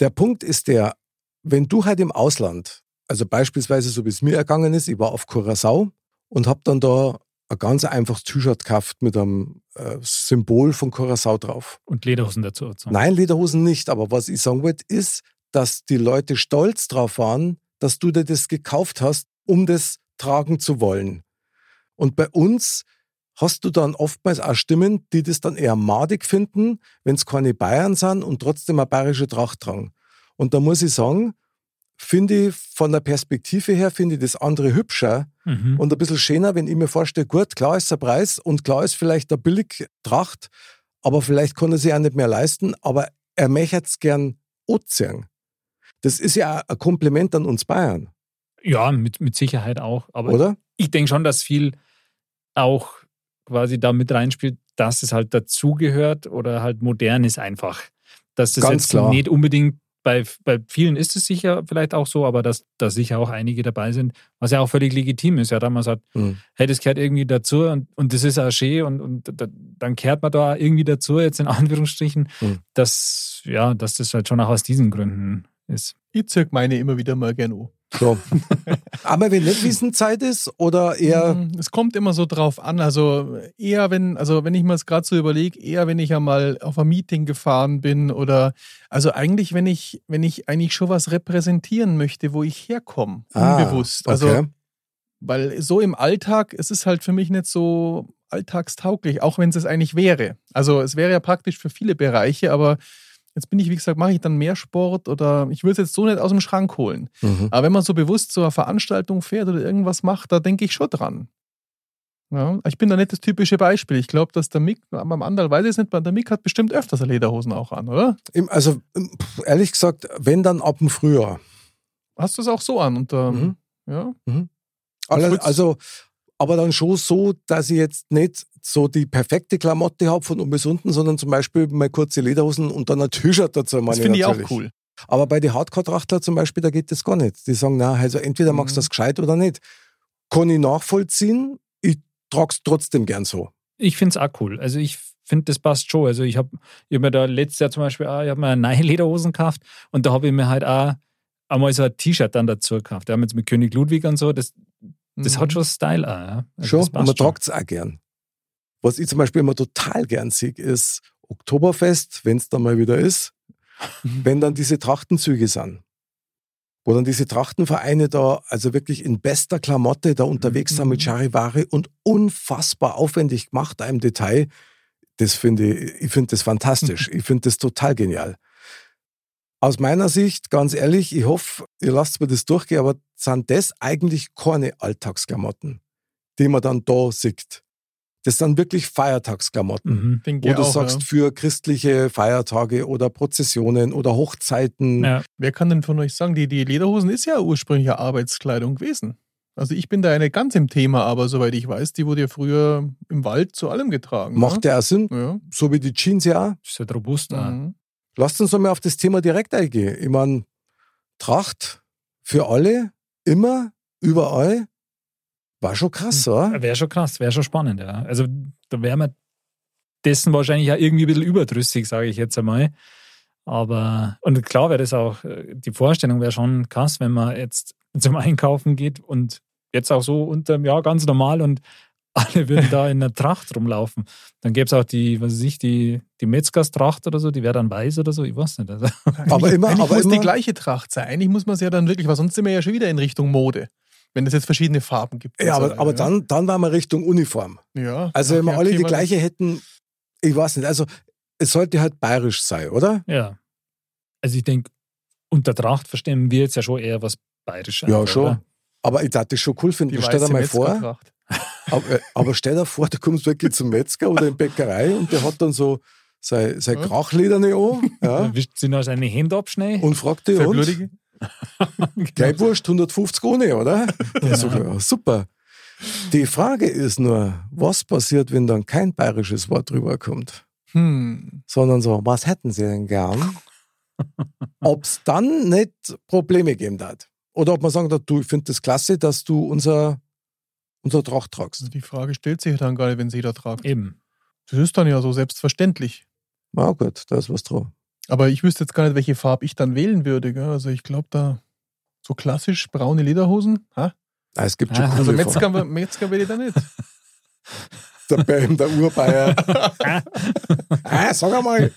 der Punkt ist der, wenn du halt im Ausland, also beispielsweise so wie es mir ergangen ist, ich war auf Curacao und habe dann da ein ganz einfaches T-Shirt gekauft mit einem äh, Symbol von Curacao drauf.
Und Lederhosen dazu. So.
Nein, Lederhosen nicht, aber was ich sagen wollte, ist, dass die Leute stolz drauf waren, dass du dir das gekauft hast, um das tragen zu wollen. Und bei uns hast du dann oftmals auch Stimmen, die das dann eher madig finden, wenn es keine Bayern sind und trotzdem eine bayerische Tracht tragen. Und da muss ich sagen, finde ich von der Perspektive her, finde ich das andere hübscher,
Mhm.
und ein bisschen schöner, wenn ich mir vorstelle, gut, klar ist der Preis und klar ist vielleicht der Billigtracht, aber vielleicht kann er sich auch nicht mehr leisten, aber er möchte es gern anziehen. Das ist ja ein Kompliment an uns Bayern,
ja, mit, mit Sicherheit auch. Aber
oder?
ich denke schon, dass viel auch quasi da mit reinspielt, dass es halt dazugehört oder halt modern ist einfach. Dass das
Ganz
jetzt
klar.
nicht unbedingt bei, bei vielen ist es sicher vielleicht auch so, aber dass da sicher auch einige dabei sind, was ja auch völlig legitim ist. Ja, da man sagt,
Mhm.
hey, das gehört irgendwie dazu und, und das ist auch schön und, und da, dann kehrt man da irgendwie dazu, jetzt in [laughs] Anführungsstrichen,
Mhm.
dass, ja, dass das halt schon auch aus diesen Gründen ist.
Ich zirk meine immer wieder mal gern an. [laughs]
So. Aber wenn nicht wissen, Zeit ist oder eher.
Mm, Es kommt immer so drauf an. Also eher wenn, also wenn ich mir jetzt gerade so überlege, eher wenn ich ja mal auf ein Meeting gefahren bin oder also eigentlich, wenn ich, wenn ich eigentlich schon was repräsentieren möchte, wo ich herkomme,
Ah,
unbewusst. Also
okay.
weil so im Alltag, es ist halt für mich nicht so alltagstauglich, auch wenn es es eigentlich wäre. Also es wäre ja praktisch für viele Bereiche, aber jetzt bin ich, wie gesagt, mache ich dann mehr Sport oder ich will es jetzt so nicht aus dem Schrank holen.
Mhm.
Aber wenn man so bewusst zu einer Veranstaltung fährt oder irgendwas macht, da denke ich schon dran. Ja, ich bin da nicht das typische Beispiel. Ich glaube, dass der Mick, beim anderen weiß ich es nicht, aber der Mick hat bestimmt öfters Lederhosen auch an, oder?
Im- Also pff, ehrlich gesagt, wenn dann ab dem Frühjahr.
Hast du es auch so an? Und,
Mhm.
ähm, ja?
Alle,
Fritz.
also, aber dann schon so, dass ich jetzt nicht so die perfekte Klamotte habe von Ungesunden, sondern zum Beispiel mal kurze Lederhosen und dann ein T-Shirt dazu. meine
Das finde ich auch
natürlich.
cool.
Aber bei den Hardcore-Trachtler zum Beispiel, da geht das gar nicht. Die sagen, na, also entweder
Mhm.
machst du das gescheit oder nicht. Kann ich nachvollziehen, ich trage es trotzdem gern so.
Ich finde es auch cool. Also ich finde, das passt schon. Also ich habe ich hab mir da letztes Jahr zum Beispiel auch, ich hab mir neue [laughs] Lederhosen gekauft und da habe ich mir halt auch einmal so ein T-Shirt dann dazu gekauft. Wir haben jetzt mit König Ludwig und so, das, das
Mhm.
hat schon Style auch. Ja. Also
schon,
das
und
passt
man tragt es auch gern. Was ich zum Beispiel immer total gern sehe, ist Oktoberfest, wenn es dann mal wieder ist,
Mhm.
wenn dann diese Trachtenzüge sind. Wo dann diese Trachtenvereine da, also wirklich in bester Klamotte da unterwegs sind
Mhm.
mit Charivari und unfassbar aufwendig gemacht, da im Detail. Das finde ich, ich finde das
[laughs]
fantastisch. ich finde das total genial. Aus meiner Sicht, ganz ehrlich, ich hoffe, ihr lasst mir das durchgehen, aber sind das eigentlich keine Alltagsklamotten, die man dann da sieht? Das sind wirklich Feiertagsklamotten
Mhm.
Denke
wo
ich
du
auch,
sagst,
ja.
für christliche Feiertage oder Prozessionen oder Hochzeiten.
Ja.
Wer kann denn von euch sagen, die, die Lederhosen ist ja ursprünglich eine Arbeitskleidung gewesen. Also ich bin da ja nicht ganz im Thema, aber soweit ich weiß, die wurde ja früher im Wald zu allem getragen.
Macht ja auch Sinn,
ne?
so wie die Jeans ja. auch.
Das ist halt robust.
ja.
auch.
Mhm.
Lasst uns nochmal auf das Thema direkt eingehen. Ich meine, Tracht für alle, immer, überall, war schon krass,
Hm.
oder?
Wäre schon krass, wäre schon spannend. Ja. Also da wären wir dessen wahrscheinlich ja irgendwie ein bisschen überdrüssig, sage ich jetzt einmal. Aber, und klar wäre das auch, äh, die Vorstellung wäre schon krass, wenn man jetzt zum Einkaufen geht und jetzt auch so unter, ja, ganz normal und [laughs] alle würden da in einer Tracht rumlaufen. Dann gäbe es auch die, was weiß ich, die, die Metzgerstracht oder so, die wäre dann weiß oder so, ich weiß nicht. Also, [laughs]
Aber
[laughs]
immer,
Eigentlich
aber
muss die
immer.
gleiche Tracht sein. Eigentlich muss man es ja dann wirklich, weil sonst sind wir ja schon wieder in Richtung Mode. Wenn es jetzt verschiedene Farben gibt. und
Ja,
so
aber,
weiter,
aber
ne?
dann, dann waren wir Richtung Uniform.
Ja.
Also,
Ach
wenn wir
ja,
alle
okay,
die
man-
gleiche hätten, ich weiß nicht. Also, es sollte halt bayerisch sein, oder?
ja. Also ich denke, unter Tracht verstehen wir jetzt ja schon eher was Bayerisches.
Ja,
oder?
schon. Aber ich dachte, das schon cool
Die
finden. Stell dir
weiße
mal vor,
Metzgertracht.
Aber, äh, aber stell dir vor, du kommst wirklich zum Metzger
[laughs]
oder in die Bäckerei und der hat dann so sein, sein
Ja.
Krachlederne an
Ja.
[laughs]
ja,
Wischt sie noch seine Hände ab schnell.
und fragt dich, und?
Verblödige.
Gleibwurst 150
[laughs]
ohne, oder? Ja. So, ja, super. Die Frage ist nur, was passiert, wenn dann kein bayerisches Wort rüberkommt,
Hm.
sondern so, was hätten sie
[laughs]
denn gern? Ob es dann nicht Probleme geben hat? Oder ob man sagen darf, du, ich finde das klasse, dass du unser, unser Tracht tragst.
Also die Frage stellt sich ja dann gar nicht, wenn sie da tragt.
Eben.
Das ist dann ja so selbstverständlich.
Na gut, da ist was dran.
Aber ich wüsste jetzt gar nicht, welche Farbe ich dann wählen würde. Gell? Also ich glaube da so klassisch braune Lederhosen. Ha?
Ah, es gibt schon
Ah,
coole
Also
Fragen.
Metzger, Metzger will ich da
[laughs]
nicht.
der Bam, der Urbayer.
[laughs]
Äh,
ah, sag einmal.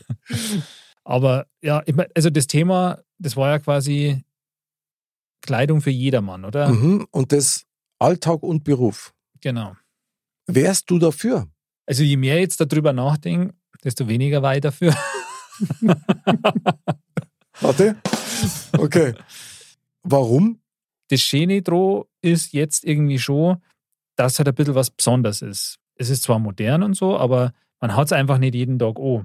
Aber ja, ich mein, also das Thema, das war ja quasi Kleidung für jedermann, oder?
Mhm, und das Alltag und Beruf.
Genau.
Wärst du dafür?
Also je mehr ich jetzt darüber nachdenke, desto weniger war ich dafür.
Warte. Okay. Warum?
Das Schöne dran ist jetzt irgendwie schon, dass es halt ein bisschen was Besonderes ist. Es ist zwar modern und so, aber man hat es einfach nicht jeden Tag oh.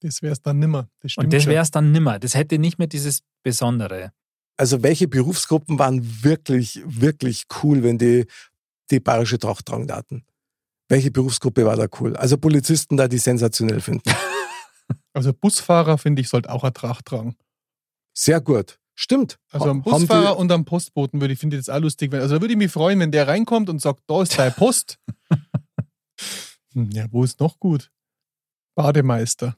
Das wäre es dann nimmer. Das stimmt
Und das
schon.
wäre es dann nimmer. Das hätte nicht mehr dieses Besondere.
Also welche Berufsgruppen waren wirklich, wirklich cool, wenn die die bayerische Tracht tragen hatten? Welche Berufsgruppe war da cool? Also Polizisten da, die sensationell finden.
Also Busfahrer, finde ich, sollte auch eine Tracht tragen.
Sehr gut. Stimmt.
Also am
Ha- haben die-
Busfahrer und am Postboten würde ich, finde ich das auch lustig. Wenn, also würde ich mich freuen, wenn der reinkommt und sagt, da ist deine Post. Hm, ja, wo ist noch gut? Bademeister.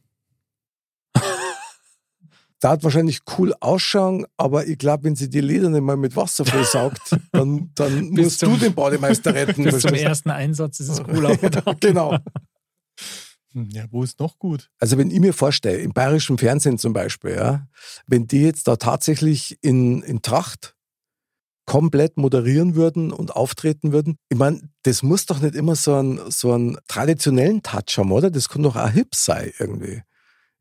Da hat wahrscheinlich cool ausschauen, aber ich glaube, wenn sie die Leder nicht mal mit Wasser vollsaugt, dann,
[laughs]
dann
Bis
musst
zum-
du den Bademeister
[laughs]
retten.
Bis zum
verstehst du?
ersten
[laughs]
Einsatz ist es cool aufgetan.
[laughs] genau.
Hm, Ja, wo ist noch gut?
Also wenn ich mir vorstelle, im bayerischen Fernsehen zum Beispiel, ja, wenn die jetzt da tatsächlich in, in Tracht komplett moderieren würden und auftreten würden, ich meine, das muss doch nicht immer so einen, so einen traditionellen Touch haben, oder? Das kann doch auch hip sein irgendwie.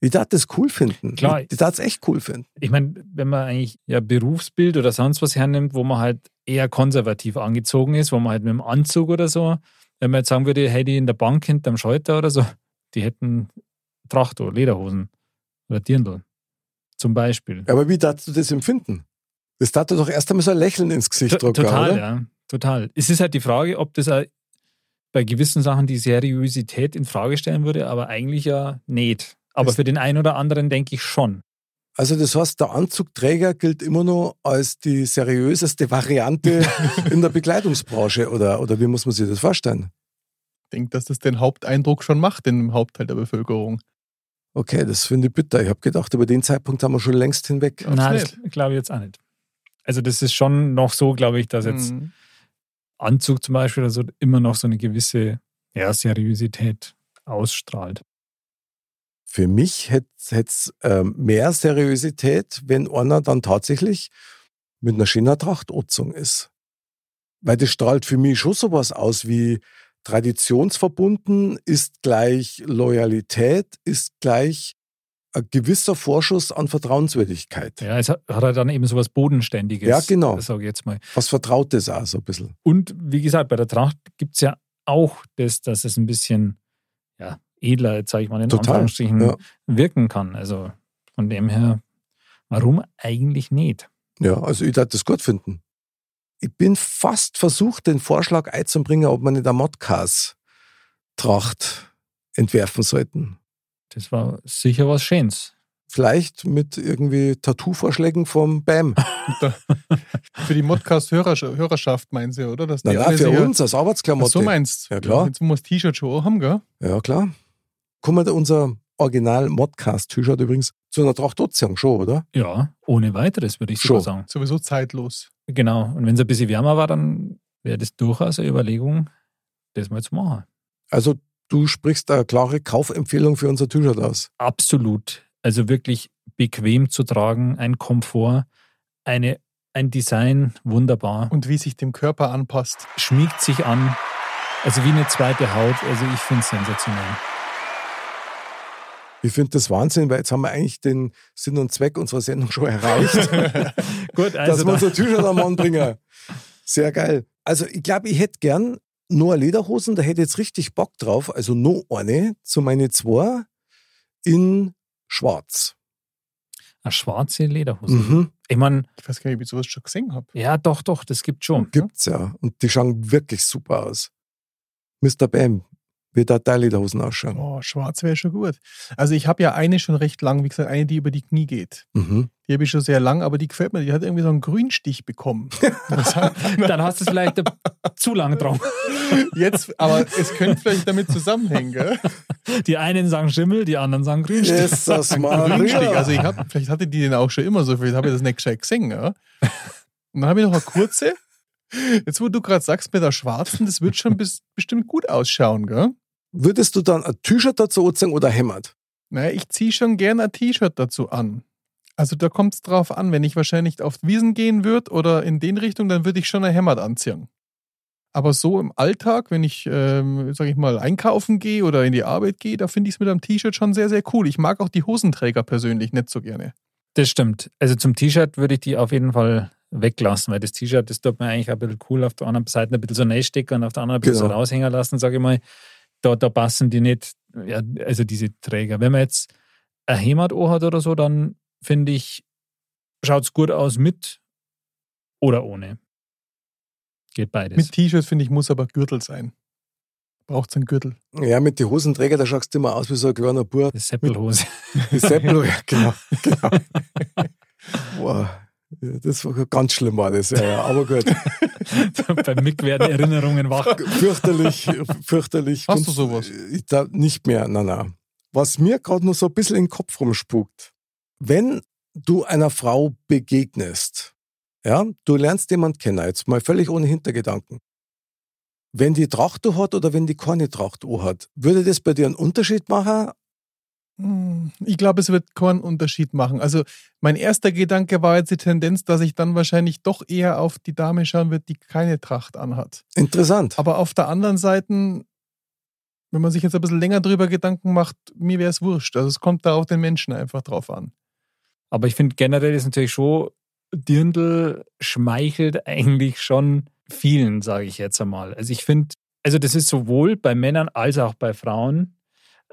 Ich darf das cool finden.
Klar.
Ich darf es echt cool finden.
Ich meine, wenn man eigentlich ja Berufsbild oder sonst was hernimmt, wo man halt eher konservativ angezogen ist, wo man halt mit dem Anzug oder so, wenn man jetzt sagen würde, hey, die in der Bank hinterm Schalter oder so, [laughs] die hätten Tracht oder Lederhosen oder Dirndl zum Beispiel.
Aber wie darfst du das empfinden? Das darf dir doch erst einmal so ein Lächeln ins Gesicht
To-
drücken,
total,
oder?
ja. Total. Es ist halt die Frage, ob das auch bei gewissen Sachen die Seriosität in Frage stellen würde, aber eigentlich ja nicht. Aber
Das-
für den einen oder anderen denke ich schon.
Also das heißt, der Anzugträger gilt immer noch als die seriöseste Variante in der Bekleidungsbranche oder, oder wie muss man sich das vorstellen?
Ich denke, dass das den Haupteindruck schon macht, den Hauptteil der Bevölkerung.
Okay, das finde ich bitter. Ich habe gedacht, über den Zeitpunkt haben wir schon längst hinweg.
Glaubst
Nein,
du
das glaube ich jetzt auch nicht. Also das ist schon noch so, glaube ich, dass Also jetzt
Hm.
Anzug zum Beispiel oder so immer noch so eine gewisse ja, Seriosität ausstrahlt.
Für mich hätte es ähm, mehr Seriosität, wenn einer dann tatsächlich mit einer China-Tracht angezogen ist. Weil das strahlt für mich schon sowas aus wie traditionsverbunden, ist gleich Loyalität, ist gleich ein gewisser Vorschuss an Vertrauenswürdigkeit.
Ja, es hat, hat halt dann eben sowas Bodenständiges.
Ja, genau.
Sage ich jetzt mal.
Was Vertrautes auch so ein bisschen.
Und wie gesagt, bei der Tracht gibt es ja auch das, dass es ein bisschen ja, edler, jetzt sage ich mal, in
Total,
Anführungsstrichen
ja.
wirken kann. Also von dem her, warum eigentlich nicht?
Ja, also ich würde das gut finden. Ich bin fast versucht, den Vorschlag einzubringen, ob man nicht eine Modcast-Tracht entwerfen sollten.
Das war sicher was Schönes.
Vielleicht mit irgendwie Tattoo-Vorschlägen vom BAM.
Für die Modcast-Hörerschaft meinen sie, oder? Dass die
Na, nein,
alle
für
sich-
uns als
Ach,
Arbeitsklamotte.
so meinst
Ja, klar.
Jetzt muss T-Shirt schon auch haben, gell?
ja, klar. Kann man da unser Original-Modcast-T-Shirt übrigens zu einer Tracht anziehen, schon, oder?
Ja, ohne weiteres würde ich
Schon.
sogar sagen.
Sowieso zeitlos.
Genau. Und wenn es ein bisschen wärmer war, dann wäre das durchaus eine Überlegung, das mal zu machen.
Also, du sprichst da eine klare Kaufempfehlung für unser T-Shirt aus.
absolut, also wirklich bequem zu tragen, ein Komfort, eine, ein Design, wunderbar,
Und wie sich dem Körper anpasst.
schmiegt sich an, also wie eine zweite Haut, also ich finde es [laughs] sensationell.
Ich finde das Wahnsinn, weil jetzt haben wir eigentlich den Sinn und Zweck unserer Sendung schon erreicht.
Gut,
dass
also da,
wir unser T-Shirt am Mann bringen. Sehr geil. Also ich glaube, ich hätte gern nur eine Lederhosen, da hätte ich jetzt richtig Bock drauf. Also nur eine zu meine zwei in schwarz.
eine schwarze Lederhose.
Mhm.
Ich meine,
Ich weiß gar nicht, ob ich sowas schon gesehen habe.
ja doch, doch, das gibt schon.
Gibt's ja. Und die schauen wirklich super aus. Mr. Bam, wie da deine Lederhosen ausschauen.
Oh, schwarz wäre schon gut. Also ich habe ja eine schon recht lang, wie gesagt, eine, die über die Knie geht.
Mhm.
Die habe ich schon sehr lang, aber die gefällt mir. Die hat irgendwie so einen Grünstich bekommen. Das hat-
[laughs] Dann hast du es vielleicht zu lange drauf.
Jetzt, aber es könnte vielleicht damit zusammenhängen, gell?
Die einen sagen Schimmel, die anderen sagen Grünstich.
Ist das
Grünstich.
Maria.
Also ich habe, vielleicht hatte die den auch schon immer so, vielleicht habe ich das nicht gescheit gesehen, gell? Und dann habe ich noch eine kurze. Jetzt, wo du gerade sagst, mit der schwarzen, das wird schon bis, bestimmt gut ausschauen, gell?
Würdest du dann ein T-Shirt dazu anziehen oder Hemd?
Naja, ich ziehe schon gerne ein T-Shirt dazu an. Also da kommt es drauf an, wenn ich wahrscheinlich auf Wiesen gehen würde oder in den Richtung, dann würde ich schon ein Hemd anziehen. Aber so im Alltag, wenn ich, ähm, sag ich mal, einkaufen gehe oder in die Arbeit gehe, da finde ich es mit einem T-Shirt schon sehr, sehr cool. Ich mag auch die Hosenträger persönlich nicht so gerne.
Das stimmt. Also zum T-Shirt würde ich die auf jeden Fall weglassen, weil das T-Shirt, das tut mir eigentlich ein bisschen cool auf der anderen Seite ein bisschen so reinstecken und auf der anderen ein bisschen
Genau.
so raushängen lassen, sage ich mal. Da, da passen die nicht, ja, also diese Träger. Wenn man jetzt ein Hemat hat oder so, dann finde ich, schaut es gut aus mit oder ohne. Geht beides.
Mit T-Shirt, finde ich, muss aber Gürtel sein. Braucht es einen Gürtel.
Ja, mit den Hosenträger, da schaust du immer aus wie so ein kleiner Bub.
das Seppelhose.
Die Seppel, ja, genau. genau. [laughs] Boah, ja, das war ganz schlimm, war das. Ja, ja. Aber gut,
[laughs] Beim Mick werden Erinnerungen wach.
fürchterlich, fürchterlich. äh,
Hast du
Und
sowas?
Ich da, nicht mehr, na na. Was mir gerade nur so ein bisschen im Kopf rumspukt. Wenn du einer Frau begegnest, ja, du lernst jemand kennen, jetzt mal völlig ohne Hintergedanken. Wenn die Trachtu hat oder wenn die keine Trachtu hat, würde das bei dir einen Unterschied machen?
Hm, Ich glaube, es wird keinen Unterschied machen. Also, mein erster Gedanke war jetzt die Tendenz, dass ich dann wahrscheinlich doch eher auf die Dame schauen wird, die keine Tracht anhat.
Interessant.
Aber auf der anderen Seite, wenn man sich jetzt ein bisschen länger drüber Gedanken macht, mir wäre es wurscht. Also, es kommt da auf den Menschen einfach drauf an.
Aber ich finde generell ist natürlich schon, Dirndl schmeichelt eigentlich schon vielen, sage ich jetzt einmal. Also ich finde, also das ist sowohl bei Männern als auch bei Frauen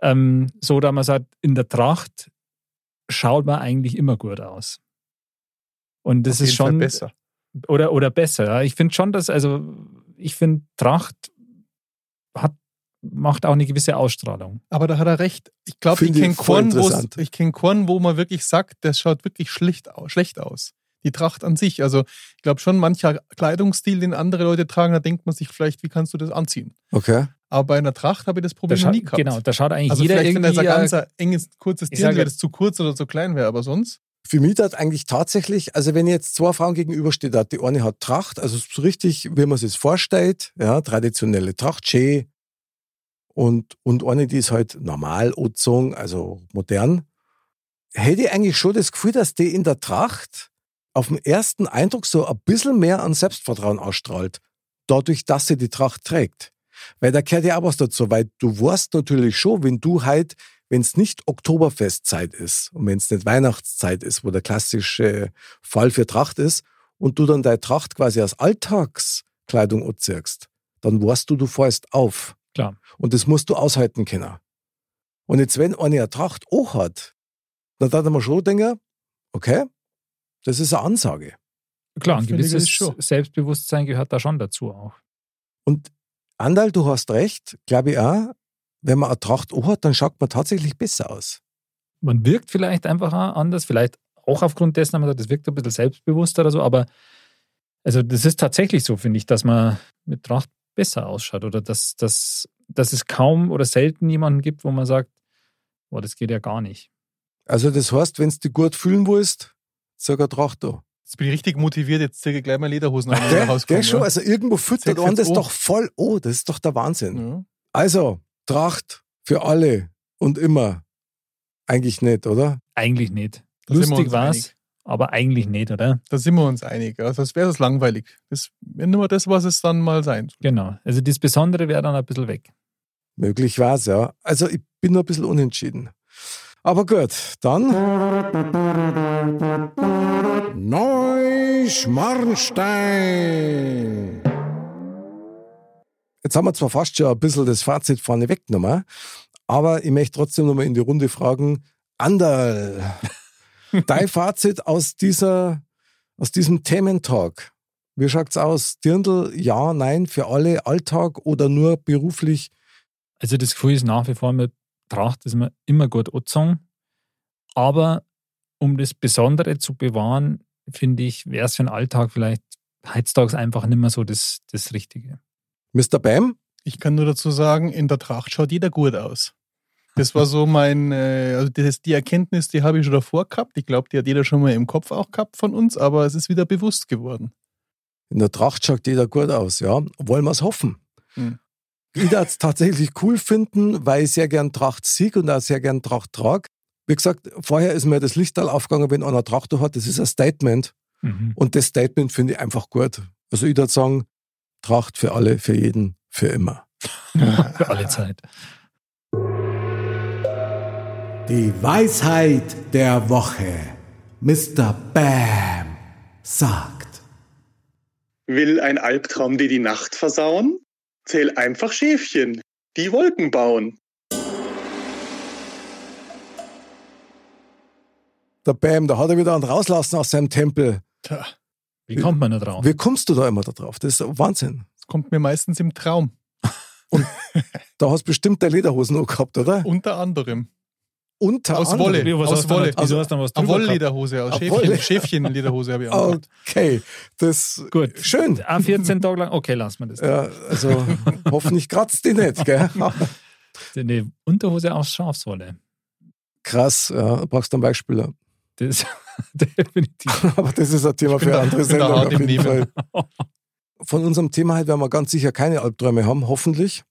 ähm, so, dass man sagt, in der Tracht schaut man eigentlich immer gut aus. Und das
Auf
ist
jeden Fall
schon
besser.
oder, oder besser. Ja. Ich finde schon, dass, also ich finde, Tracht hat, macht auch eine gewisse Ausstrahlung.
Aber da hat er recht. Ich glaube, ich
Finde ich
kenne
voll
Korn, wo's-
interessant.
ich kenn Korn, wo man wirklich sagt, das schaut wirklich schlicht aus, schlecht aus. Die Tracht an sich. Also ich glaube schon, mancher Kleidungsstil, den andere Leute tragen, da denkt man sich vielleicht, wie kannst du das anziehen?
Okay.
Aber bei einer Tracht habe ich das
Da
Problem
scha-
nie gehabt.
genau, da schaut eigentlich
Also
jeder
vielleicht, wenn
irgendwie
das ein
äh,
ganz enges, kurzes
ich sag
Tier
ja-
wäre, das zu kurz oder zu klein wäre, aber sonst.
Für mich das eigentlich tatsächlich, also wenn ich jetzt zwei Frauen gegenübersteht, hat die eine hat Tracht, also so richtig, wie man sich vorstellt, ja, traditionelle Tracht, schön. Und, und eine, die ist halt normal, angezogen, also modern. Hätte ich eigentlich schon das Gefühl, dass die in der Tracht auf den ersten Eindruck so ein bisschen mehr an Selbstvertrauen ausstrahlt, dadurch, dass sie die Tracht trägt. Weil da gehört ja auch was dazu, weil du weißt natürlich schon, wenn du halt, wenn es nicht Oktoberfestzeit ist und wenn es nicht Weihnachtszeit ist, wo der klassische Fall für Tracht ist, und du dann deine Tracht quasi als Alltagskleidung anziehst, dann weißt du, du fällst auf.
Klar.
Und das musst du aushalten können. Und jetzt, wenn eine eine Tracht auch hat, dann darf man schon denken, okay, das ist eine Ansage.
Klar, ein
Finde ich
gewisses
ist schon.
Selbstbewusstsein gehört da schon dazu auch.
Und Andal, du hast recht, glaube ich auch, wenn man eine Tracht auch hat, dann schaut man tatsächlich besser aus.
Man wirkt vielleicht einfach auch anders, vielleicht auch aufgrund dessen, dass man sagt, das wirkt ein bisschen selbstbewusster oder so, aber also das ist tatsächlich so, finde ich, dass man mit Tracht besser ausschaut oder dass, dass, dass es kaum oder selten jemanden gibt, wo man sagt, boah, das geht ja gar nicht.
Also das heißt, wenn du dich gut fühlen willst, sag eine Tracht da.
Jetzt bin ich richtig motiviert, jetzt zirke ich gleich mal Lederhosen an, wenn ich nach
Gell?
Hause
Gell
komme,
schon?
ja.
Also irgendwo füttert
Zeig's
einen
jetzt
das
an.
doch voll. Oh, das ist doch der Wahnsinn.
Ja.
Also, Tracht für alle und immer. Eigentlich nicht, oder?
Eigentlich nicht.
Da sind wir
Lustig
uns
war
einig.
es, aber eigentlich nicht, oder?
Da sind wir uns einig. Also das wäre das langweilig. Das wäre nur das, was es dann mal sein soll.
Genau. Also das Besondere wäre dann ein bisschen weg.
Möglich war es, ja. Also ich bin noch ein bisschen unentschieden. Aber gut, dann. Neuschmarnstein. Jetzt haben wir zwar fast schon ein bisschen das Fazit vorne weggenommen, aber ich möchte trotzdem nochmal in die Runde fragen, Anderl, dein Fazit aus, dieser, aus diesem Thementalk. Wie schaut's aus? Dirndl, ja, nein, für alle, Alltag oder nur beruflich
Also das Gefühl ist nach wie vor mit Tracht ist mir immer gut angezogen. Aber um das Besondere zu bewahren, finde ich, wäre es für den Alltag vielleicht heutzutage einfach nicht mehr so das, das Richtige.
Mr. Bam?
Ich kann nur dazu sagen, in der Tracht schaut jeder gut aus. Das war so mein, äh, also das, die Erkenntnis, die habe ich schon davor gehabt. Ich glaube, die hat jeder schon mal im Kopf auch gehabt von uns, aber es ist wieder bewusst geworden.
In der Tracht schaut jeder gut aus, ja. Wollen wir es hoffen.
Hm.
Ich darf es tatsächlich cool finden, weil ich sehr gern Tracht sieg und auch sehr gern Tracht trage. Wie gesagt, vorher ist mir das Lichterl aufgegangen, wenn einer Tracht hat. Das ist ein Statement.
Mhm.
Und das Statement finde ich einfach gut. Also ich würde sagen, Tracht für alle, für jeden, für immer.
[laughs] für alle Zeit.
Die Weisheit der Woche. Mr. Bam sagt.
Will ein Albtraum dir die Nacht versauen? Zähl einfach Schäfchen, die Wolken bauen.
Der Bam, da hat er wieder einen rauslassen aus seinem Tempel.
Tja,
Wie kommt man da drauf?
Wie kommst du da immer da drauf? Das ist Wahnsinn.
das kommt mir meistens im Traum.
Da hast bestimmt deine Lederhosen auch gehabt, oder?
Unter anderem.
Unter
Aus
anderem. Also,
Wolle.
Wie, was
aus
hast du
Wolle.
noch- Wieso hast du noch was
Eine
drüber gehabt?
Wolllederhose, aus
Eine Wolle-
Schäfchen, [laughs] Schäfchenlederhose habe ich auch. gehabt.
Okay, das
Gut.
schön.
Ah, 14 Tage lang, okay, lassen wir das.
Ja,
[laughs]
also hoffentlich kratzt die nicht, gell?
Eine Unterhose aus Schafswolle.
Krass, ja, brauchst du einen Beispiel.
Das [laughs] Definitiv.
Aber das ist ein Thema für
da-
eine andere
ich bin da
Sendung.
hart
Auf
im
jeden Fall.
Nehmen.
Von unserem Thema halt werden wir ganz sicher keine Albträume haben, hoffentlich.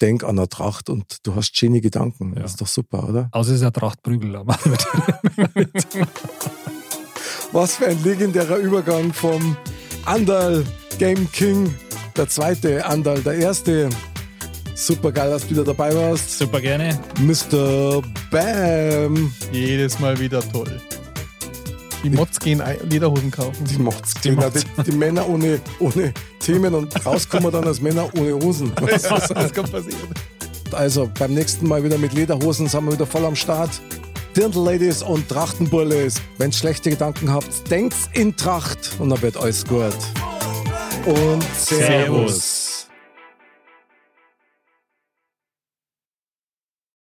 Denk an eine Tracht und du hast schöne Gedanken.
Ja.
Ist doch super, oder?
Außer es ist ein Trachtprügel. Aber
Was für ein legendärer Übergang vom Andal Game King, der zweite Andal, der erste. Super geil, dass du wieder dabei warst.
super gerne.
Mr. Bam.
Jedes Mal wieder toll. Die Mods gehen Ei- Lederhosen kaufen.
Die macht's die, die, die Männer ohne, ohne Themen und rauskommen dann als Männer ohne [laughs] Hosen.
Das kann passieren.
Also beim nächsten Mal wieder mit Lederhosen sind wir wieder voll am Start. Dirndl Ladies und Trachtenbullis. Wenn schlechte Gedanken habt, denkt's in Tracht und dann wird alles gut. Und Servus.